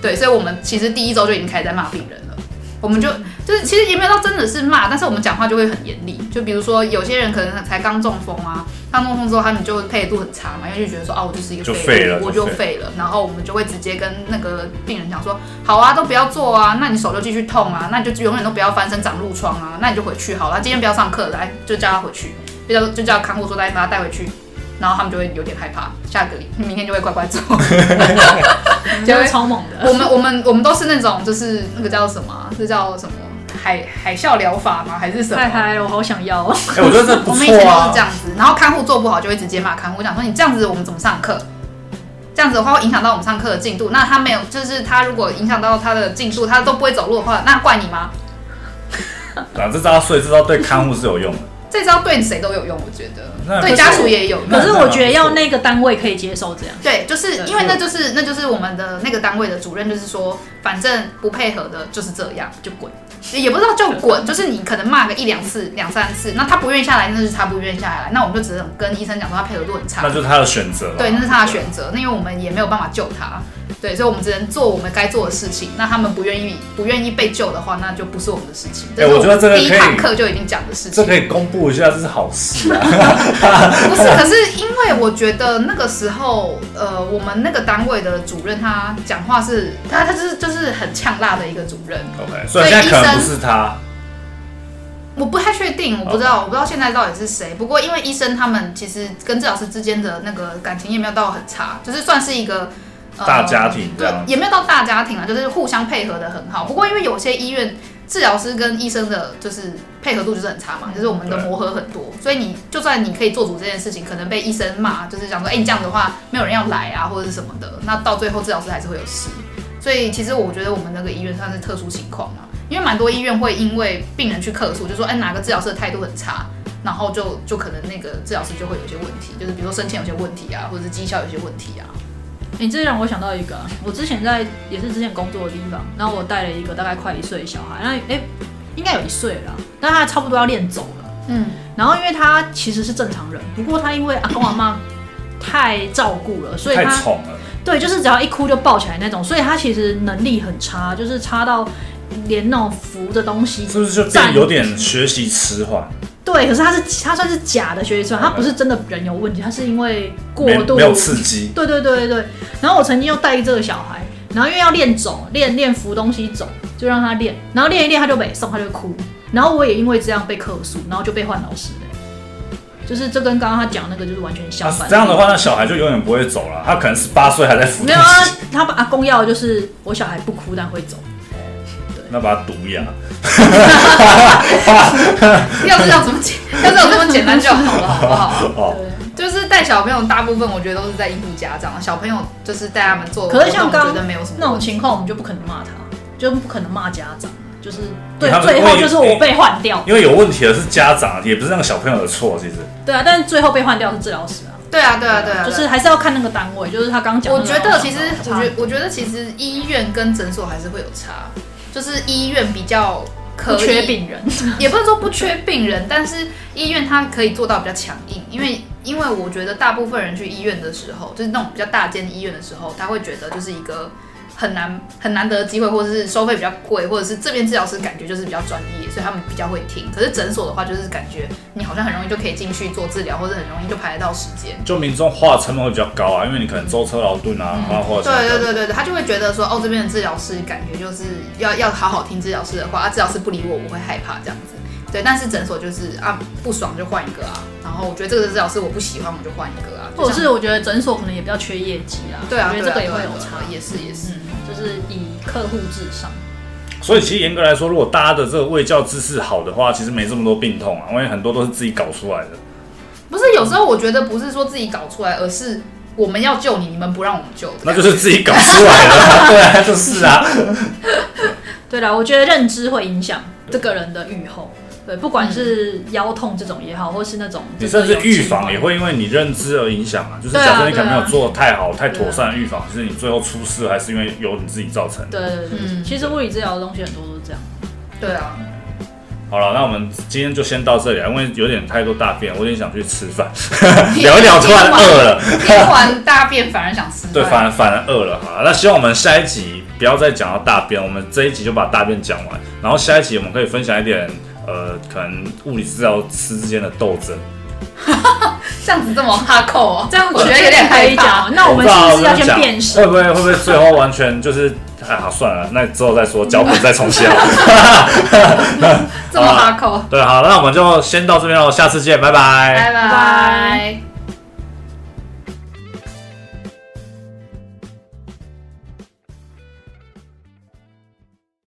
C: 对，所以我们其实第一周就已经开始在骂病人了。我们就就是其实也没有到真的是骂，但是我们讲话就会很严厉。就比如说有些人可能才刚中风啊，刚中风之后他们就配合度很差嘛，因为就觉得说啊我就是一个
A: 就
C: 废
A: 废了
C: 我
A: 就
C: 就废了。然后我们就会直接跟那个病人讲说，好啊都不要做啊，那你手就继续痛啊，那你就永远都不要翻身长褥疮啊，那你就回去好了，今天不要上课，来就叫他回去，就叫就叫看护说来把他带回去。然后他们就会有点害怕，下个礼明天就会 乖乖走。
B: 真的超猛的。
C: 我们我们我们都是那种，就是那个叫什么啊、这叫什么海海啸疗法吗？还是什么？
B: 嗨嗨，我好想要哦。
A: 哎，我觉得这
C: 我
A: 不
C: 们以前
A: 错
C: 都是
A: 啊
C: 这。样子，然后看护做不好就会直接骂看护，讲说你这样子我们怎么上课？这样子的话会影响到我们上课的进度。那他没有，就是他如果影响到他的进度，他都不会走路的话，那怪你吗？
A: 啊，这招所以这招对看护是有用的。
C: 这招对谁都有用，我觉得
A: 那可
C: 对
A: 是
C: 家属也有用。
B: 可是我觉得要那个单位可以接受这样。
C: 对，就是
B: 对
C: 因为那就是那就是我们的那个单位的主任，就是说，反正不配合的就是这样，就滚，也不知道就滚，就是你可能骂个一两次、两三次，那他不愿意下来，那就是他不愿意下来，那我们就只能跟医生讲说他配合度很差
A: 那，就是他的选择了。
C: 对，那是他的选择，那因为我们也没有办法救他，对，所以我们只能做我们该做的事情。那他们不愿意不愿意被救的话，那就不是我们的事情。
A: 哎我觉得这个
C: 第一
A: 可以
C: 堂课就已经讲的事
A: 这
C: 情，
A: 可以公布一下，这是好事啊。
C: 不是，可是因为我觉得那个时候，呃，我们那个单位的主任他讲话是，他他就是就是很呛辣的一个主任，
A: OK，所以现在可能不是他。
C: 我不太确定，我不
A: 哦
C: 知道，我不知道现在到底是谁。不过因为医生他们其实跟治疗师之间的那个感情也没有到很差，就是算是一个。呃
A: 大家庭这
C: 对
A: 样，
C: 也没有到大家庭啊，就是互相配合的很好。不过因为有些医院治疗师跟医生的就是配合度就是很差嘛，就是我们的
A: 对
C: 磨合很多，所以你就算你可以做主这件事情，可能被医生骂，就是讲说，哎、你这样的话没有人要来啊，或者是什么的，那到最后治疗师还是会有事。所以其实我觉得我们那个医院算是特殊情况嘛，因为蛮多医院会因为病人去客诉，就说哎哪个治疗师的态度很差，然后就就可能那个治疗师就会有一些问题，就是比如说申请有些问题啊，或者是绩效有些问题啊。
B: 你这让我想到一个啊，我之前在也是之前工作的地方，然后我带了一个大概快一岁的小孩，那哎、诶应该有一岁了啦，但他差不多要练走了。
C: 嗯，
B: 然后因为他其实是正常人，不过他因为阿公阿妈太照顾了，所以
A: 太
B: 他
A: 宠了，
B: 对就是只要一哭就抱起来那种，所以他其实能力很差，就是差到连那种扶着东西
A: 是不是就变
B: 站
A: 有点学习迟缓，
B: 对，可是他是他算是假的学习出来，他不是真的人有问题，他是因为过
A: 没
B: 度
A: 没有刺激，
B: 对对对对对。然后我曾经又带这个小孩，然后因为要练走，练练扶东西走，就让他练，然后练一练他就北送，他就哭。然后我也因为这样被克诉，然后就被换老师嘞。就是这跟刚刚他讲那个就是完全相
A: 那
B: 反。
A: 啊这样的话，那小孩就永远不会走了，他可能十八岁还在服
B: 没有啊，他把阿公要的就是我小孩不哭但会走。
A: 那把他毒哑，
C: 要是要怎么简，要是有这么简单就好了，好不好？
A: 哦，
B: 对，
C: 就是带小朋友，大部分我觉得都是在应付家长，小朋友就是带他们做活动，
B: 可是像刚
C: 我觉得没有什么
B: 那种
C: 问题
B: 情况我们就不可能骂他，就不可能骂家长，就是对
A: 他，们
B: 最后
A: 会
B: 就是我被换掉。
A: 因为有问题的是家长，也不是那个小朋友的错，其实
B: 对啊，但是最后被换掉是治疗师啊，
C: 对啊，对啊，对啊，对啊
B: 就是还是要看那个单位，就是他刚讲的
C: 我
B: 那
C: 觉
B: 种小
C: 得其实，我
B: 差
C: 觉我觉得其实医院跟诊所还是会有差，就是医院比较可
B: 不
C: 以，
B: 缺病人，
C: 也不能说不缺病人，但是医院它可以做到比较强硬，因为因为我觉得大部分人去医院的时候，就是那种比较大间医院的时候，他会觉得就是一个很难很难得的机会，或者是收费比较贵，或者是这边治疗师感觉就是比较专业，所以他们比较会听。可是诊所的话，就是感觉你好像很容易就可以进去做治疗，或者很容易就排得到时间。
A: 就民众花的成本会比较高啊，因为你可能舟车劳顿啊，花花钱。
C: 对对对对对，他就会觉得说，哦，这边的治疗师感觉就是要要好好听治疗师的话，啊，治疗师不理我，我会害怕这样子。对，但是诊所就是啊，不爽就换一个啊，然后我觉得这个治疗师我不喜欢，我就换一个啊，
B: 或者
C: 就是
B: 我觉得诊所可能也比较缺业绩啊，
C: 对
B: 哦
C: 啊，
B: 我觉得这个
C: 对啊
B: 也
C: 对啊
B: 会有
C: 对啊
B: 差，
C: 也是也是
B: 嗯，，就是以客户至上，
A: 所以其实严格来说，如果大家的这个卫教知识好的话，其实没这么多病痛啊，因为很多都是自己搞出来的。
C: 不是有时候我觉得不是说自己搞出来，而是我们要救你，你们不让我们救，
A: 那就是自己搞出来的、啊，对啊，就是啊。
B: 对啦，我觉得认知会影响这个人的愈后，对，不管是腰痛这种也好，或是那种
A: 你甚至预防也
B: 也，
A: 会因为你认知而影响啊，就是
B: 对啊
A: 假设你可能没
B: 对啊
A: 有做太好、太妥善的预防，其实你最后出事还是因为由你自己造成的。
B: 对对对，对
C: 嗯
B: 其实物理治疗的东西很多都是这样，
C: 对啊，
A: 好了，那我们今天就先到这里啊，因为有点太多大便，我有点想去吃饭， 聊一聊突然饿了。
C: 听完大便反而想吃饭，
A: 对，反而反而饿了哈。那希望我们下一集不要再讲到大便，我们这一集就把大便讲完，然后下一集我们可以分享一点呃，可能物理治疗师之间的斗争。
C: 这样子这么哈扣哦，这样我
B: 我
C: 觉得有点
B: 可
C: 害
B: 以
C: 怕。
B: 讲，那我们是不是要先变
A: 会
B: 身？
A: 不会会不会最后完全就是？哎，好，算了，那之后再说，脚本再重啊 写好了。
C: 这么哈扣，
A: 对，好，那我们就先到这边喽，下次见，拜拜
C: 拜拜。
B: 拜